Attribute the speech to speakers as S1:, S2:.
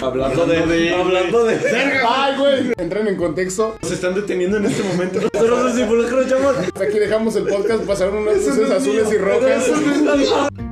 S1: Hablando de. Hablando de.
S2: Ay, güey. Entren en contexto.
S1: Nos están deteniendo en este momento. Nosotros nos involucramos.
S2: Hasta aquí dejamos el podcast. Pasaron unas luces azules y rojas.
S1: rojas.